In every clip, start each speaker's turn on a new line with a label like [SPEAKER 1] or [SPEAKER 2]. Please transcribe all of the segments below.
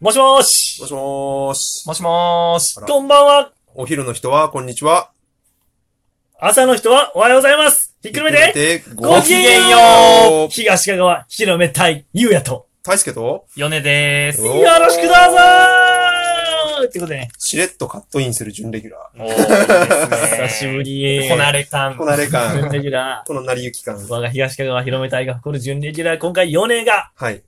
[SPEAKER 1] もしもーし
[SPEAKER 2] もしもーし。
[SPEAKER 3] もしもーし。
[SPEAKER 1] こんばんは
[SPEAKER 2] お昼の人は、こんにちは。
[SPEAKER 1] 朝の人はおはようございますひっくるめて
[SPEAKER 2] て、
[SPEAKER 1] ご
[SPEAKER 2] ご
[SPEAKER 1] き
[SPEAKER 2] き
[SPEAKER 1] げ
[SPEAKER 2] げ
[SPEAKER 1] ん
[SPEAKER 2] ん
[SPEAKER 1] よ
[SPEAKER 2] よ
[SPEAKER 1] う
[SPEAKER 2] う。
[SPEAKER 1] 東かがわ広めたいゆうやと、
[SPEAKER 2] 大輔と、
[SPEAKER 3] ヨネでーす。
[SPEAKER 2] お
[SPEAKER 1] よろしくどうぞーってことでね、
[SPEAKER 2] しれっとカットインする準レギュラ
[SPEAKER 3] おー、いいですね。
[SPEAKER 1] 久しぶ
[SPEAKER 3] り。
[SPEAKER 1] りー。
[SPEAKER 3] こなれ感
[SPEAKER 2] ー。こ。なれ
[SPEAKER 1] 準
[SPEAKER 2] 感。
[SPEAKER 1] レギュラ
[SPEAKER 2] この成り行き感
[SPEAKER 1] ー。。我が東かがわ広めたいが誇る準レギュラー、今回4年が、
[SPEAKER 2] はい。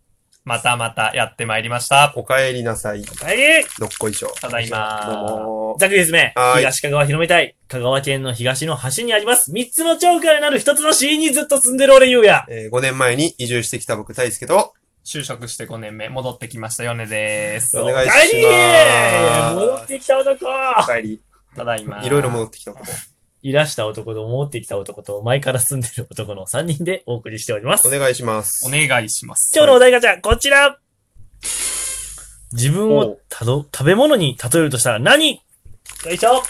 [SPEAKER 3] またまたやってまいりました。
[SPEAKER 2] お帰りなさい。
[SPEAKER 1] はいえ
[SPEAKER 2] どっこいしょ。
[SPEAKER 3] ただい
[SPEAKER 2] どう
[SPEAKER 3] ま
[SPEAKER 2] も
[SPEAKER 1] ざっくりですね
[SPEAKER 2] は。ーい
[SPEAKER 1] 東かがわ広めたい。香川県の東の端にあります。3つの町からなる1つの市にずっと住んでる俺ゆうや。
[SPEAKER 2] ー。えー、5年前に移住してきた僕、大輔と、
[SPEAKER 3] ー。就職して5年目、戻ってきました、ヨネでーす。
[SPEAKER 2] お願いし
[SPEAKER 1] おかえり
[SPEAKER 2] ます
[SPEAKER 1] 戻ってきた男
[SPEAKER 2] お帰り。
[SPEAKER 3] ただいまー。
[SPEAKER 2] いろいろ戻ってきた男。
[SPEAKER 1] いらした男と思ってきた男と前から住んでる男の3人でお送りしております
[SPEAKER 2] お。願いします
[SPEAKER 3] お。願いします。
[SPEAKER 1] 今日のお題ガチャ、こちら自分をたど食べ物に例えるとしたら何よいしょ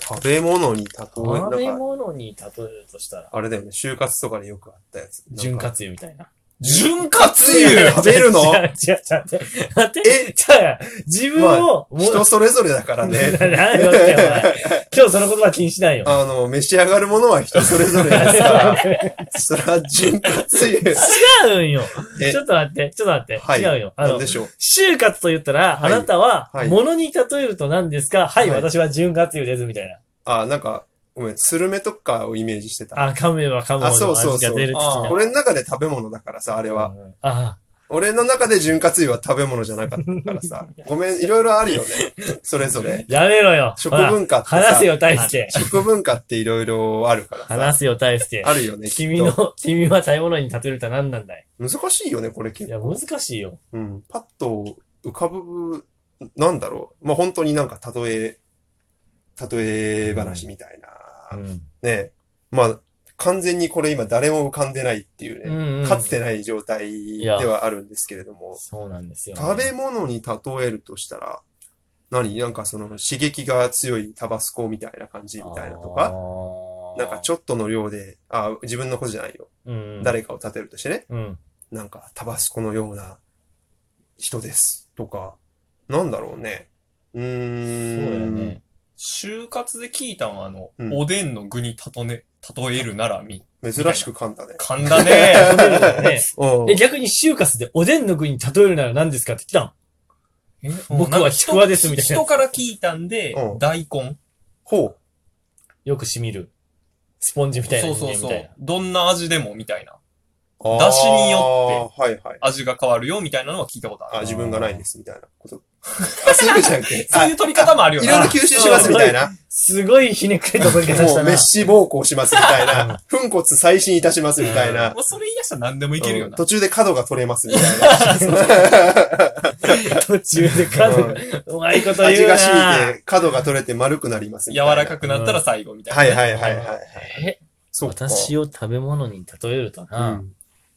[SPEAKER 2] 食べ物に例え、
[SPEAKER 1] 食べ
[SPEAKER 2] なんか、
[SPEAKER 1] 物に例えるとしたら、
[SPEAKER 2] あれだよね、就活とかでよくあったやつ。なんか
[SPEAKER 1] 潤。滑油みたいな。
[SPEAKER 3] 潤滑
[SPEAKER 2] 油食べる の
[SPEAKER 1] 違う違う違う違う。待って。
[SPEAKER 2] え
[SPEAKER 1] じゃあ、自分を、もう
[SPEAKER 2] 人それぞれだからね。
[SPEAKER 1] 何言ってんのお前今日その言葉気にしないよ。
[SPEAKER 2] あの、召し上がるものは人それぞれですから。それは潤滑油。
[SPEAKER 1] 違うんよ。
[SPEAKER 2] え
[SPEAKER 1] ちょっと待って、ちょっと待って。
[SPEAKER 2] はい。
[SPEAKER 1] 違う よ。あ
[SPEAKER 2] なん
[SPEAKER 1] の
[SPEAKER 2] で、しょう。
[SPEAKER 1] 就活と言ったら、あ
[SPEAKER 2] はい
[SPEAKER 1] なたは
[SPEAKER 2] は、い
[SPEAKER 1] 物に例えると何ですかはい、
[SPEAKER 2] はい
[SPEAKER 1] 私は潤滑油です、みたいな。
[SPEAKER 2] あ、なんか、ごめん、スルメとかをイメージしてた。
[SPEAKER 1] あ、噛めば噛む
[SPEAKER 2] あ
[SPEAKER 1] ほ
[SPEAKER 2] そ
[SPEAKER 1] ど
[SPEAKER 2] うそう
[SPEAKER 1] 味
[SPEAKER 2] そう
[SPEAKER 1] が出る的
[SPEAKER 3] あ
[SPEAKER 1] な。
[SPEAKER 2] 俺の中で食べ物だからさ、あれは。
[SPEAKER 1] うんあ
[SPEAKER 2] 俺の中で潤滑油は食べ物じゃなかったからさ。ごめん、いろいろあるよね。それぞれ。
[SPEAKER 1] やめろよ。
[SPEAKER 2] 食文化っ て
[SPEAKER 1] ほら話せ
[SPEAKER 2] さ、
[SPEAKER 1] よ、大輔。
[SPEAKER 2] 食文化っていろいろあるからさ。
[SPEAKER 1] 話せよ、大輔。
[SPEAKER 2] あるよね、きっ
[SPEAKER 1] 君
[SPEAKER 2] と。
[SPEAKER 1] の、君は食べ物に例えるとは何なんだい
[SPEAKER 2] 難しいよね、これ
[SPEAKER 1] い
[SPEAKER 2] 結
[SPEAKER 1] や、
[SPEAKER 2] 構。
[SPEAKER 1] 難しいよ。
[SPEAKER 2] うん。パッと浮かぶ、なんだろう。まあ、本当になんか例え、例え話みたいな。
[SPEAKER 1] うん。
[SPEAKER 2] ね。まあ、完全にこれ今誰も浮かんでないっていうね。
[SPEAKER 1] うんうん
[SPEAKER 2] かつてない状態ではあるんですけれども、
[SPEAKER 1] そうなんですよね。
[SPEAKER 2] 食べ物に例えるとしたら、何なんかその刺激が強いタバスコみたいな感じみたいなとか、なんかち
[SPEAKER 1] ょ、
[SPEAKER 2] ょっとの量で、あ、自分のことじゃないよ。
[SPEAKER 1] うん、
[SPEAKER 2] 誰かを立てるとしてね、
[SPEAKER 1] うん。
[SPEAKER 2] なんかタバスコのような人ですとか、なんだろうね。う
[SPEAKER 1] そう
[SPEAKER 2] ーん。
[SPEAKER 1] だよね。
[SPEAKER 3] 就活で聞いたのは、あの、
[SPEAKER 2] うん
[SPEAKER 3] おでんの具にたとね、例えるならみ。
[SPEAKER 2] 珍しく噛んだね。
[SPEAKER 3] 噛んだね。
[SPEAKER 1] 例えるな らね
[SPEAKER 2] うん
[SPEAKER 1] え、逆に就活でおでんの具に例えるなら何ですかって来たん
[SPEAKER 3] え
[SPEAKER 1] 僕はちくわですみたいな
[SPEAKER 3] 人から聞いたんで
[SPEAKER 2] う、ん
[SPEAKER 3] 大根。
[SPEAKER 2] ほ
[SPEAKER 1] よく染みる。スポンジみたいな
[SPEAKER 3] そう
[SPEAKER 1] 人間
[SPEAKER 3] そ
[SPEAKER 1] み
[SPEAKER 3] うそ
[SPEAKER 1] たいうな。。
[SPEAKER 3] どんな味でもみたいな。
[SPEAKER 2] う。
[SPEAKER 3] 出汁によ
[SPEAKER 2] って。はいはい。
[SPEAKER 3] 味が変わるよみたいなのは聞いたこと
[SPEAKER 2] あ、
[SPEAKER 3] ある。
[SPEAKER 2] 自分がないんですみたいなこと。 あ、そういうことじゃなくて。
[SPEAKER 3] そういう取り方もあるよ
[SPEAKER 2] い
[SPEAKER 3] ね。
[SPEAKER 2] ろいろ吸収しますみたいな。
[SPEAKER 1] すごいひねくれた取り方し
[SPEAKER 2] も
[SPEAKER 1] た
[SPEAKER 2] う、
[SPEAKER 1] な
[SPEAKER 2] メッ。シ暴行しますみたいな。粉骨再進いたしますみたいな。
[SPEAKER 3] もうそれ言い出したら何でもいけるよ
[SPEAKER 2] うん
[SPEAKER 3] な。
[SPEAKER 2] 途中で角が取れますみたい
[SPEAKER 1] 途中でカード、うまいこと
[SPEAKER 2] な。
[SPEAKER 1] 言
[SPEAKER 2] 味
[SPEAKER 1] うな
[SPEAKER 2] が染みて、角が取れて丸くなりますみ
[SPEAKER 3] 柔
[SPEAKER 2] たいな。
[SPEAKER 3] らかくなったら最後みたいな。
[SPEAKER 2] はいはいはいはい。
[SPEAKER 1] え、
[SPEAKER 2] そうか。
[SPEAKER 1] 私を食べ物に例えると
[SPEAKER 2] う
[SPEAKER 1] な、
[SPEAKER 2] ん。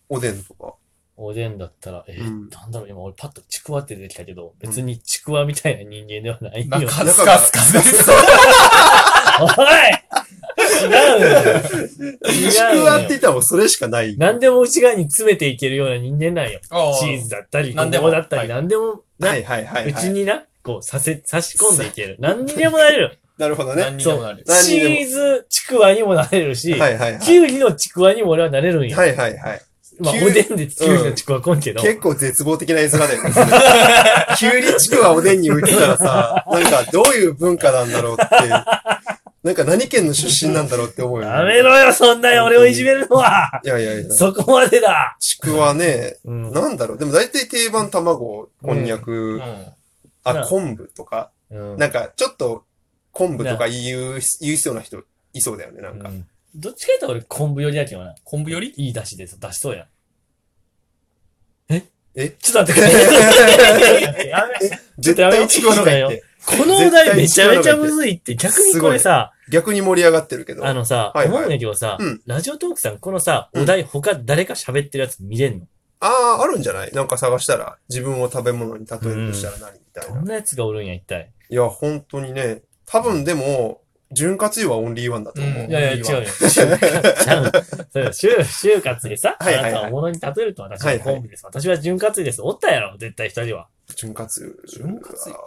[SPEAKER 2] おでんとか。
[SPEAKER 1] おでんだったら、え、
[SPEAKER 2] うん
[SPEAKER 1] なんだろう、今俺パッとちくわって出てきたけど、別にちくわみたいな人間ではない
[SPEAKER 3] なん
[SPEAKER 1] よ。
[SPEAKER 3] かスカスカです。
[SPEAKER 1] おい違うんだよ。
[SPEAKER 2] ち
[SPEAKER 1] 違
[SPEAKER 2] く
[SPEAKER 1] う
[SPEAKER 2] わ
[SPEAKER 1] ん
[SPEAKER 2] って
[SPEAKER 1] よ
[SPEAKER 2] 言。ったらもうそれしかない。
[SPEAKER 1] 何でも内側に詰めていけるような人間なんよ。
[SPEAKER 3] ああ
[SPEAKER 1] チーズだったり、ご
[SPEAKER 3] 何でも
[SPEAKER 1] ぼうだったり、
[SPEAKER 3] はい
[SPEAKER 1] 何でも、な
[SPEAKER 2] はいはいはいうは
[SPEAKER 1] ち
[SPEAKER 2] い。
[SPEAKER 1] にな、こう、させ、差し込んでいける。何にでもなれる。
[SPEAKER 2] なるほどね。
[SPEAKER 3] 何にで
[SPEAKER 1] そ
[SPEAKER 3] もな
[SPEAKER 1] う
[SPEAKER 3] る。。
[SPEAKER 2] 何
[SPEAKER 1] チ
[SPEAKER 2] にでも
[SPEAKER 1] ーズちくわにもなれるし、
[SPEAKER 2] はいはいは
[SPEAKER 1] キ
[SPEAKER 2] い。
[SPEAKER 1] ュウリのちくわにも俺はなれるんよ。
[SPEAKER 2] はいはいはい。
[SPEAKER 1] まあ、
[SPEAKER 2] キュウ
[SPEAKER 1] おでんでキュウリのちくわこんけど。
[SPEAKER 2] 結構絶望的な絵面 だよね。キュウリ地区はおでんに浮いてたらさ、なんかどういう文化なんだろうって。なんか何県の出身なんだろうって思うよね。
[SPEAKER 1] やめろよ、そんなに俺をいじめるのは
[SPEAKER 2] いやいやいや。
[SPEAKER 1] そこまでだ
[SPEAKER 2] ちくわね、
[SPEAKER 1] うん。
[SPEAKER 2] なんだろう。でも大体定番卵、こんにゃ
[SPEAKER 3] うん
[SPEAKER 2] く、
[SPEAKER 1] な
[SPEAKER 2] あ、昆布とか。
[SPEAKER 1] うん
[SPEAKER 2] なんかちょっと昆布とか言う、言いそうな人いそうだよね、なんか
[SPEAKER 1] う。んどっちか言ったら俺昆布寄りだけどな。
[SPEAKER 3] 昆布より
[SPEAKER 1] いい出汁でさ、出しそうやん。え
[SPEAKER 2] え
[SPEAKER 1] ちょっと待ってくれ。やめ
[SPEAKER 2] 絶対ちくわとか言っ
[SPEAKER 1] ちょ
[SPEAKER 2] て。
[SPEAKER 1] このお題めちゃめちゃむずいって、逆にこれさ、
[SPEAKER 2] 逆に盛り上がってるけど。
[SPEAKER 1] あのさ、
[SPEAKER 2] はいはい
[SPEAKER 1] 思うんだけどさ、
[SPEAKER 2] うん
[SPEAKER 1] ラジオトークさん、このさ、
[SPEAKER 2] うん
[SPEAKER 1] お題他誰か喋ってるやつ見れんの、
[SPEAKER 2] ああ、あるんじゃないなんか探したら、自分を食べ物に例えるとしたら何みたいな
[SPEAKER 1] どん。なやつがおるんや、一体。
[SPEAKER 2] いや、本当にね、多分でも、潤滑油はオンリーワンだと思う。
[SPEAKER 3] うん
[SPEAKER 1] いやい
[SPEAKER 3] いい
[SPEAKER 1] や、違
[SPEAKER 3] わ
[SPEAKER 1] うよ。就活ちゃうのそれは就、就活でさ、
[SPEAKER 2] はいはいはい
[SPEAKER 1] あなたは物に例えると私
[SPEAKER 2] は
[SPEAKER 1] はい
[SPEAKER 2] はい
[SPEAKER 1] 昆布です。私は潤滑油です。おったやろ、絶対一人は。
[SPEAKER 2] 潤滑油。
[SPEAKER 3] 潤滑油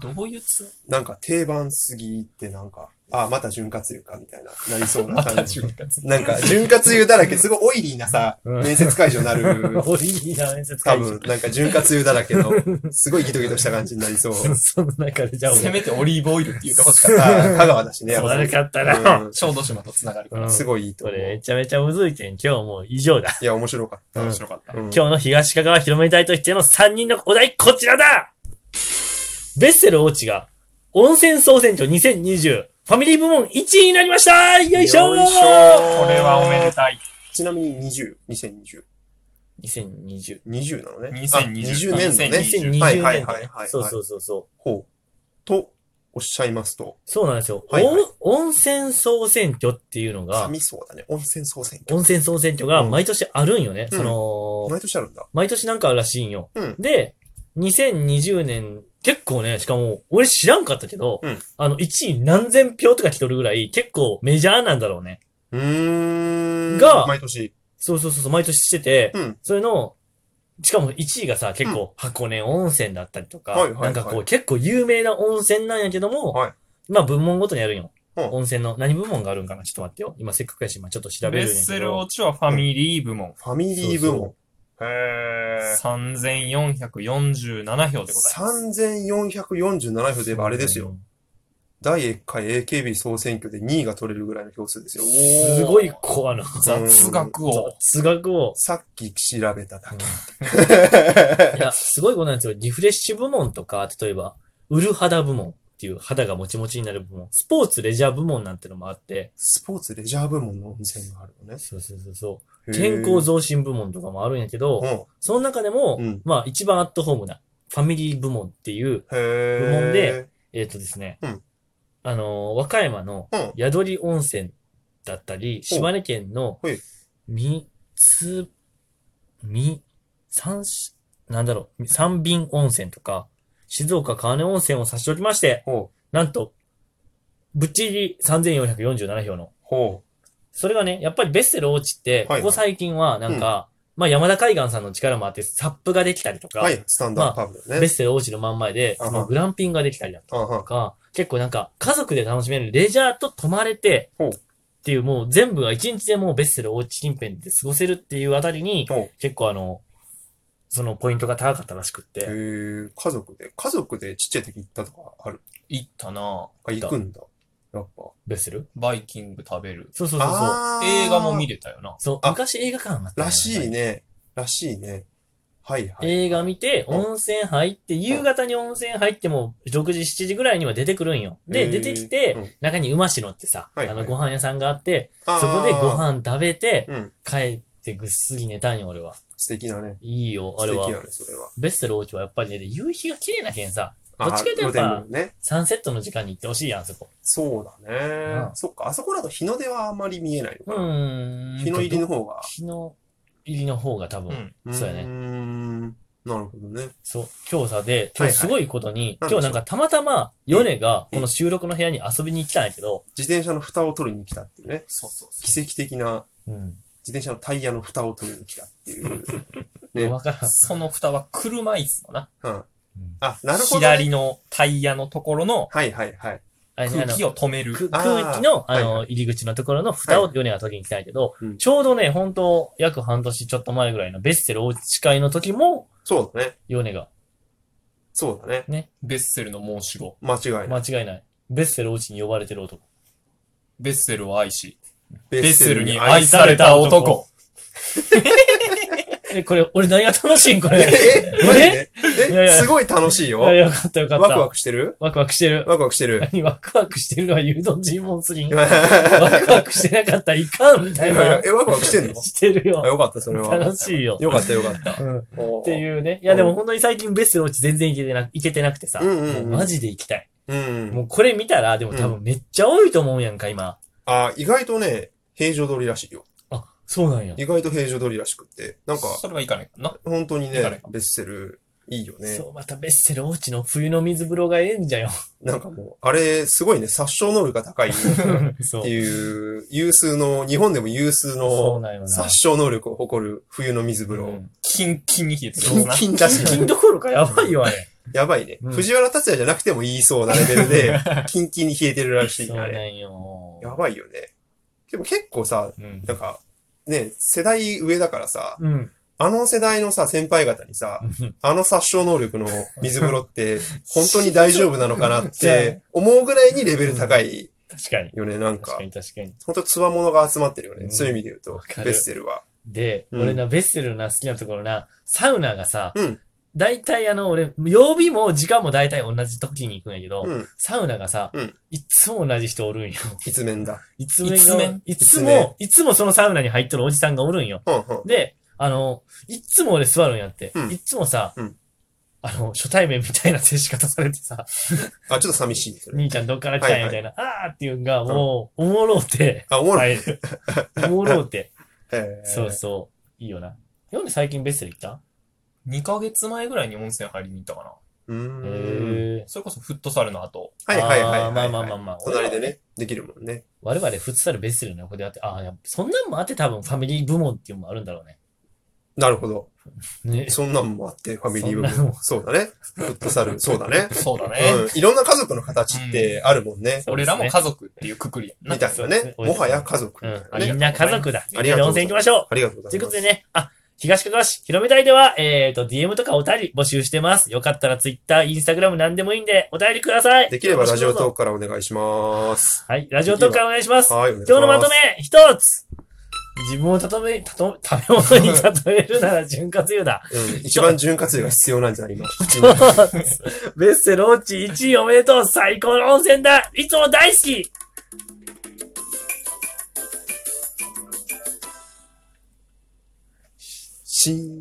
[SPEAKER 3] どういうつ
[SPEAKER 2] なんか定番すぎってなんか、ああ、また潤滑油かみたいな、なりそうな
[SPEAKER 3] また
[SPEAKER 2] 感じ
[SPEAKER 3] 潤。滑
[SPEAKER 2] なんか、潤滑油だらけ、すごいオイリーなさ、
[SPEAKER 1] うん
[SPEAKER 2] 面接会場に なる。
[SPEAKER 1] オイリーな面接
[SPEAKER 2] 多
[SPEAKER 1] 会場
[SPEAKER 2] 分、。なんか潤滑油だらけの、すごいギトギトした感じになりそう。
[SPEAKER 1] その中で、じゃあ
[SPEAKER 3] せ
[SPEAKER 1] 俺、
[SPEAKER 3] めてオリーブオイルって言ってほしかっ
[SPEAKER 2] あー香川だしね、やっぱ
[SPEAKER 1] 悪かった
[SPEAKER 2] う
[SPEAKER 1] な。
[SPEAKER 2] ん
[SPEAKER 3] た。小豆島と繋がるから。
[SPEAKER 1] うん
[SPEAKER 2] すごいいいと
[SPEAKER 1] こ
[SPEAKER 2] 思う。
[SPEAKER 1] れめちゃめちゃむずいけん、今日もう以上だ。
[SPEAKER 2] いや、面白かっ
[SPEAKER 1] うん
[SPEAKER 3] 面白かった
[SPEAKER 2] た。。うん
[SPEAKER 1] 今日の東かがわ広めたいとしての3人のお題、こちらだベッセル大地が、温泉総選挙2020、ファミリー部門1位になりましたよいしょー
[SPEAKER 2] よいしょー
[SPEAKER 3] これはおめでたい。
[SPEAKER 2] ちなみに20、2020。
[SPEAKER 1] !2020。
[SPEAKER 2] 20なのね。
[SPEAKER 3] 2020
[SPEAKER 2] あ20年のね。
[SPEAKER 1] 2020年、
[SPEAKER 2] はいはいはいはい
[SPEAKER 1] そうそうそうそう。
[SPEAKER 2] ほう。と、おっしゃいますと、
[SPEAKER 1] そうなんですよ。
[SPEAKER 2] はいはい
[SPEAKER 1] お温泉総選挙っていうのが、
[SPEAKER 2] 神そうだね。温泉総選挙。
[SPEAKER 1] 温泉総選挙が毎年あるんよね。
[SPEAKER 2] うん
[SPEAKER 1] その、
[SPEAKER 2] 毎年あるんだ。
[SPEAKER 1] 毎年なんかあるらしいんよ。
[SPEAKER 2] うん
[SPEAKER 1] で、2020年、結構ね、しかも、俺知らんかったけど、
[SPEAKER 2] うん
[SPEAKER 1] あの、1位何千票とか来とるぐらい、結構メジャーなんだろうね。
[SPEAKER 2] うーん。
[SPEAKER 1] が
[SPEAKER 2] 毎年。
[SPEAKER 1] そうそうそうそう、毎年してて、
[SPEAKER 2] うん
[SPEAKER 1] それの、しかも1位がさ、結構箱根温泉だったりとか、
[SPEAKER 2] はいはいはい
[SPEAKER 1] なんかこう、結構有名な温泉なんやけども、
[SPEAKER 2] はい
[SPEAKER 1] まあ、部門ごとにやるんよ。
[SPEAKER 2] うん
[SPEAKER 1] 温泉の、何部門があるんかなちょっと待ってよ。今せっかくやし、今ちょっと調べ
[SPEAKER 3] ベ
[SPEAKER 1] る
[SPEAKER 3] ッ
[SPEAKER 1] んやけ
[SPEAKER 3] セル
[SPEAKER 1] ど
[SPEAKER 3] オ。チはファミリー部門。
[SPEAKER 2] ファミリー部門。へー。
[SPEAKER 3] 3447票でございます。
[SPEAKER 2] 3447票で言えばあれですよ。。第1回 AKB 総選挙で2位が取れるぐらいの票数ですよ。
[SPEAKER 1] すごい子あの、
[SPEAKER 3] 雑学を。
[SPEAKER 1] 数学を、
[SPEAKER 2] さっき調べただ
[SPEAKER 1] い
[SPEAKER 2] け。
[SPEAKER 1] や、すごいことなんですよ。リフレッシュ部門とか、例えば、売る肌部門っていう肌がもちもちになる部門、スポーツレジャー部門なんてのもあって、
[SPEAKER 2] スポーツレジャー部門の温泉があるのね。
[SPEAKER 1] そうそうそうそう、
[SPEAKER 2] へー
[SPEAKER 1] 健康増進部門とかもあるんやけど、その中でも、
[SPEAKER 2] うん
[SPEAKER 1] まあ一番アットホームな、ファミリー部門っていう、
[SPEAKER 2] うん。へー。
[SPEAKER 1] 部門で、えっ、とですね、
[SPEAKER 2] うん
[SPEAKER 1] あのー和歌山の
[SPEAKER 2] うん
[SPEAKER 1] 宿り温泉だったり、島根県の
[SPEAKER 2] はい
[SPEAKER 1] 三つ、み、三し、なんだろう、三瓶温泉とか、静岡川根温泉を差し置きまして、
[SPEAKER 2] ほう。
[SPEAKER 1] なんと、ぶっちぎり3447票の。
[SPEAKER 2] ほ
[SPEAKER 1] それがね、やっぱりベッセル大地って、
[SPEAKER 2] は
[SPEAKER 1] こ
[SPEAKER 2] い
[SPEAKER 1] こ最近はなんか、まあ山田海岸さんの力もあって、サップができたりと
[SPEAKER 2] う。
[SPEAKER 1] か、
[SPEAKER 2] はい、スタンダードパブだ
[SPEAKER 1] ベッ
[SPEAKER 2] ね。
[SPEAKER 1] セル大地の真ん前で、
[SPEAKER 2] あは
[SPEAKER 1] そのグランピングができたりだとか
[SPEAKER 2] あは
[SPEAKER 1] とか、結構なんか家族で楽しめるレジャーと泊まれて、
[SPEAKER 2] ほう
[SPEAKER 1] っていうもう全部が一日でもうベッセルおうち近辺で過ごせるっていうあたりに、
[SPEAKER 2] ほう。
[SPEAKER 1] 結構あの、そのポイントが高かったらしくっ
[SPEAKER 2] へ
[SPEAKER 1] て。
[SPEAKER 2] ー。家族で、家族でちっちゃい時行ったとかある。
[SPEAKER 3] 行ったな
[SPEAKER 2] あ、行くんだ。やっぱ。
[SPEAKER 1] ベッセル
[SPEAKER 3] バイキング食べる。
[SPEAKER 1] そうそうそうそう。
[SPEAKER 2] あー
[SPEAKER 3] 映画も見れたよな。
[SPEAKER 1] そう、
[SPEAKER 2] あ
[SPEAKER 1] 昔映画館あったよね
[SPEAKER 2] らしいね。らしいね。はいはい。
[SPEAKER 1] 映画見て、
[SPEAKER 2] うん
[SPEAKER 1] 温泉入って、夕方に温泉入っても、6時、7時ぐらいには出てくるんよ。で、
[SPEAKER 2] へー
[SPEAKER 1] 出てき
[SPEAKER 2] う
[SPEAKER 1] て
[SPEAKER 2] ん、
[SPEAKER 1] 中に馬城ってさ、あ
[SPEAKER 2] はいはい
[SPEAKER 1] の、ご飯屋さんがあって、
[SPEAKER 2] あー
[SPEAKER 1] そこでご飯食べて、
[SPEAKER 2] うん。
[SPEAKER 1] 帰ってぐっすり寝たんよ、俺は。
[SPEAKER 2] 素敵だね。
[SPEAKER 1] いいよ、あ
[SPEAKER 2] 素
[SPEAKER 1] れは
[SPEAKER 2] 敵。だね、それは。
[SPEAKER 1] ベッセル大地はやっぱりね、夕日が綺麗なけんさ、ど
[SPEAKER 2] あ
[SPEAKER 1] っちかというとやっぱ
[SPEAKER 2] 露天風呂ね。
[SPEAKER 1] サンセットの時間に行ってほしいやん、そこ。
[SPEAKER 2] そうだ
[SPEAKER 1] う
[SPEAKER 2] ね。
[SPEAKER 1] ん
[SPEAKER 2] そっか、あそこだと日の出はあまり見えないの
[SPEAKER 1] う
[SPEAKER 2] かな。
[SPEAKER 1] ーん。
[SPEAKER 2] 日の入りの。方が。
[SPEAKER 1] 日の入りの方が多分、
[SPEAKER 3] うん。
[SPEAKER 1] そうやね
[SPEAKER 2] ーん。なるほどね。
[SPEAKER 1] そう、今日さで、今日すごいことに、
[SPEAKER 2] はいはい
[SPEAKER 1] 今日なんかたまたま、ヨネが
[SPEAKER 2] うん
[SPEAKER 1] この収録の部屋に遊びに来たんやけど、
[SPEAKER 2] 自転車の蓋を取りに来たっていうね。
[SPEAKER 3] そうそうそ
[SPEAKER 2] 奇跡的な
[SPEAKER 1] うん。
[SPEAKER 2] 自転車のタイヤの蓋を取りに来たっていう。ね。
[SPEAKER 1] わから
[SPEAKER 3] う。
[SPEAKER 1] ん。
[SPEAKER 3] その蓋は車椅子のな。
[SPEAKER 2] うん。あ、なるほどね。
[SPEAKER 3] 左のタイヤのところの
[SPEAKER 2] はいはいはい。
[SPEAKER 1] あれね
[SPEAKER 3] 空
[SPEAKER 1] あの
[SPEAKER 3] 気を止める。
[SPEAKER 1] く
[SPEAKER 2] あー
[SPEAKER 1] 空気の、あ
[SPEAKER 2] はい
[SPEAKER 1] の、入り口のところの蓋をヨネが取りに来たんやけど
[SPEAKER 2] う、ん
[SPEAKER 1] ちょうどね、本当約半年ちょっと前ぐらいのベッセル大地会の時も、
[SPEAKER 2] そうだね。
[SPEAKER 1] ヨネが、
[SPEAKER 2] そうだね。
[SPEAKER 3] ベッセルの申し子。
[SPEAKER 2] 間違いない。
[SPEAKER 1] 間違いない。ベッセル大地に呼ばれてる男。
[SPEAKER 3] ベッセルを愛し、
[SPEAKER 2] ベ
[SPEAKER 3] ベッセルに愛された男。
[SPEAKER 1] え、これ、俺何が楽しいんこれ。
[SPEAKER 2] えマジで
[SPEAKER 1] いやい
[SPEAKER 2] え
[SPEAKER 1] や
[SPEAKER 2] すごい楽しいよ。
[SPEAKER 1] いやよかったよかった。
[SPEAKER 2] ワクワクしてる
[SPEAKER 1] ワクワクしてる。
[SPEAKER 2] ワクワクして る。
[SPEAKER 1] 何ワクワクしてるのは誘導尋問すぎん。ワ
[SPEAKER 2] え、
[SPEAKER 1] クワクしてなかったらいかんみたいな。
[SPEAKER 2] ワクワクしてんの
[SPEAKER 1] してるよ。
[SPEAKER 2] あよかった、それは。
[SPEAKER 1] 楽しいよ。
[SPEAKER 2] よかった、よかった。
[SPEAKER 1] うん。っ
[SPEAKER 2] ってう。
[SPEAKER 1] いうね。いやでも本当に最近ベストのうち全然行けてな行けてなくてさ。
[SPEAKER 2] うんうんうん
[SPEAKER 1] もマジで行きたい。
[SPEAKER 2] うん。
[SPEAKER 1] もうこれ見たら、でも多分めっちゃ多いと思うやんか、今。
[SPEAKER 2] あ、意外とね、平常通りらしいよ。
[SPEAKER 1] あ、そうなんや。
[SPEAKER 2] 意外と平常通りらしくって。なんか、
[SPEAKER 3] それはいかないかな。
[SPEAKER 2] 本当に
[SPEAKER 3] 誰
[SPEAKER 2] ね
[SPEAKER 3] か、
[SPEAKER 2] ベッセルいいよね。
[SPEAKER 1] そう、またベッセル大内の冬の水風呂がええんじゃよ。
[SPEAKER 2] なんかもう、あれ、すごいね、殺傷能力が高いっ
[SPEAKER 1] そう
[SPEAKER 2] て。いう、有数の、日本でも有数
[SPEAKER 1] そう
[SPEAKER 2] の
[SPEAKER 1] なんよな。
[SPEAKER 2] 殺傷能力を誇る冬の水風
[SPEAKER 3] う
[SPEAKER 2] 呂。
[SPEAKER 3] んキンキンに冷えて
[SPEAKER 2] キン
[SPEAKER 3] な。
[SPEAKER 2] キンだし、
[SPEAKER 1] 金どころかやばいよ、あれ。
[SPEAKER 2] やばいね。
[SPEAKER 1] うん
[SPEAKER 2] 藤原達也じゃなくても言いそうなレベル で、キンキンに冷えて るらしい
[SPEAKER 1] そ
[SPEAKER 2] ね
[SPEAKER 1] う
[SPEAKER 2] あ
[SPEAKER 1] な
[SPEAKER 2] れ。
[SPEAKER 1] んよ。
[SPEAKER 2] やばいよね。でも結構さ、
[SPEAKER 1] うん。
[SPEAKER 2] なんか、ね、世代上だからさ、
[SPEAKER 1] うん。
[SPEAKER 2] あの世代のさ、先輩方にさ、あの殺傷能力の水風 呂って、本当に大丈夫なのかなって思うぐらいにレベル高い
[SPEAKER 1] 確かに。
[SPEAKER 2] よね、なん
[SPEAKER 1] 確
[SPEAKER 2] か
[SPEAKER 1] か。に確かに。
[SPEAKER 2] 本当つわものが集まってるよね。
[SPEAKER 1] うん
[SPEAKER 2] そういう意味で言うと
[SPEAKER 1] わ、かる
[SPEAKER 2] ベッセルは。
[SPEAKER 1] で、
[SPEAKER 2] うん
[SPEAKER 1] 俺な、ベッセルのな、好きなところな、サウナがさ、
[SPEAKER 2] うん
[SPEAKER 1] だいたいあの、俺、曜日も時間もだいたい同じ時に行くんやけど、
[SPEAKER 2] うん。
[SPEAKER 1] サウナがさ、
[SPEAKER 2] うん
[SPEAKER 1] いっつも同じ人おるんよ。
[SPEAKER 2] いつ面だ。
[SPEAKER 1] いつも
[SPEAKER 3] いつめ
[SPEAKER 1] いつ
[SPEAKER 2] いつめ
[SPEAKER 1] も、いつもそのサウナに入っとるおじさんがおるんよ。
[SPEAKER 2] うんうん。
[SPEAKER 1] で、あの、いっつも俺座るんやって、
[SPEAKER 2] うん
[SPEAKER 1] いっつもさ、
[SPEAKER 2] うん
[SPEAKER 1] あの、初対面みたいな接し方されてさ、
[SPEAKER 2] あ、ちょっと寂しいそれ。
[SPEAKER 1] 兄ちゃんどっから来たんやみたいな、あーっていうんが、もう、おもろうて、
[SPEAKER 2] あ、おもろい。
[SPEAKER 1] 入る。おもろうて。
[SPEAKER 2] えー
[SPEAKER 1] そうそう。いいよな。なんで最近ベッセル行った
[SPEAKER 3] 2ヶ月前ぐらいに温泉入りに行ったかな。
[SPEAKER 2] うーん。
[SPEAKER 1] へ
[SPEAKER 3] それこそフットサルの後。
[SPEAKER 2] はいはいはいはい
[SPEAKER 1] あ
[SPEAKER 2] は
[SPEAKER 1] ー
[SPEAKER 2] い。
[SPEAKER 1] まあまあまあまあ
[SPEAKER 2] 隣でね、できるもんね。
[SPEAKER 1] 我々フットサルベッセルの横であって、ああ、やっぱそんなんもあって多分ファミリー部門っていうのもあるんだろうね。
[SPEAKER 2] なるほど。
[SPEAKER 1] ね。
[SPEAKER 2] そんなんもあ って、ファミリ
[SPEAKER 1] そ
[SPEAKER 2] ー部
[SPEAKER 1] んな
[SPEAKER 2] 分
[SPEAKER 1] の。
[SPEAKER 2] そうだね。フットサ ル、そうだね。
[SPEAKER 3] そうだね。
[SPEAKER 2] うん。いろんな家族の形ってあるもんね。
[SPEAKER 1] そう
[SPEAKER 3] 俺
[SPEAKER 1] ですね
[SPEAKER 3] らも家族っていうくくりやんな
[SPEAKER 2] みたい
[SPEAKER 1] そ
[SPEAKER 2] な
[SPEAKER 1] うですね
[SPEAKER 2] ね。もはや家族みた
[SPEAKER 1] うん。
[SPEAKER 2] い
[SPEAKER 1] み
[SPEAKER 2] なね。
[SPEAKER 1] んな家族だ。みんな
[SPEAKER 2] あり
[SPEAKER 1] で
[SPEAKER 2] がとう
[SPEAKER 1] 温
[SPEAKER 2] ござ
[SPEAKER 1] 泉行
[SPEAKER 2] います
[SPEAKER 1] きましょう。
[SPEAKER 2] ありがとうご
[SPEAKER 1] と
[SPEAKER 2] ざ
[SPEAKER 1] い
[SPEAKER 2] いう
[SPEAKER 1] こと
[SPEAKER 2] ま。
[SPEAKER 1] ですね、あ、東かがわ市広め隊では、えっ、と、DM とかお便り募集してます。よかったら Twitter、Instagram 何でもいいんで、お便りください。
[SPEAKER 2] できればラジオトー
[SPEAKER 1] ク。
[SPEAKER 2] クからお願いします。
[SPEAKER 1] はい、ラジオトークからお願いします。
[SPEAKER 2] はい、お願いします。
[SPEAKER 1] 今日のまとめ、一つ自分をたとめ、たと、食べ物に例えるなら潤滑油だ。
[SPEAKER 2] うん、一番潤滑油が必要なんじ ゃない今。
[SPEAKER 1] ベッセローチ1位おめでとう最高の温泉だいつも大好き
[SPEAKER 2] し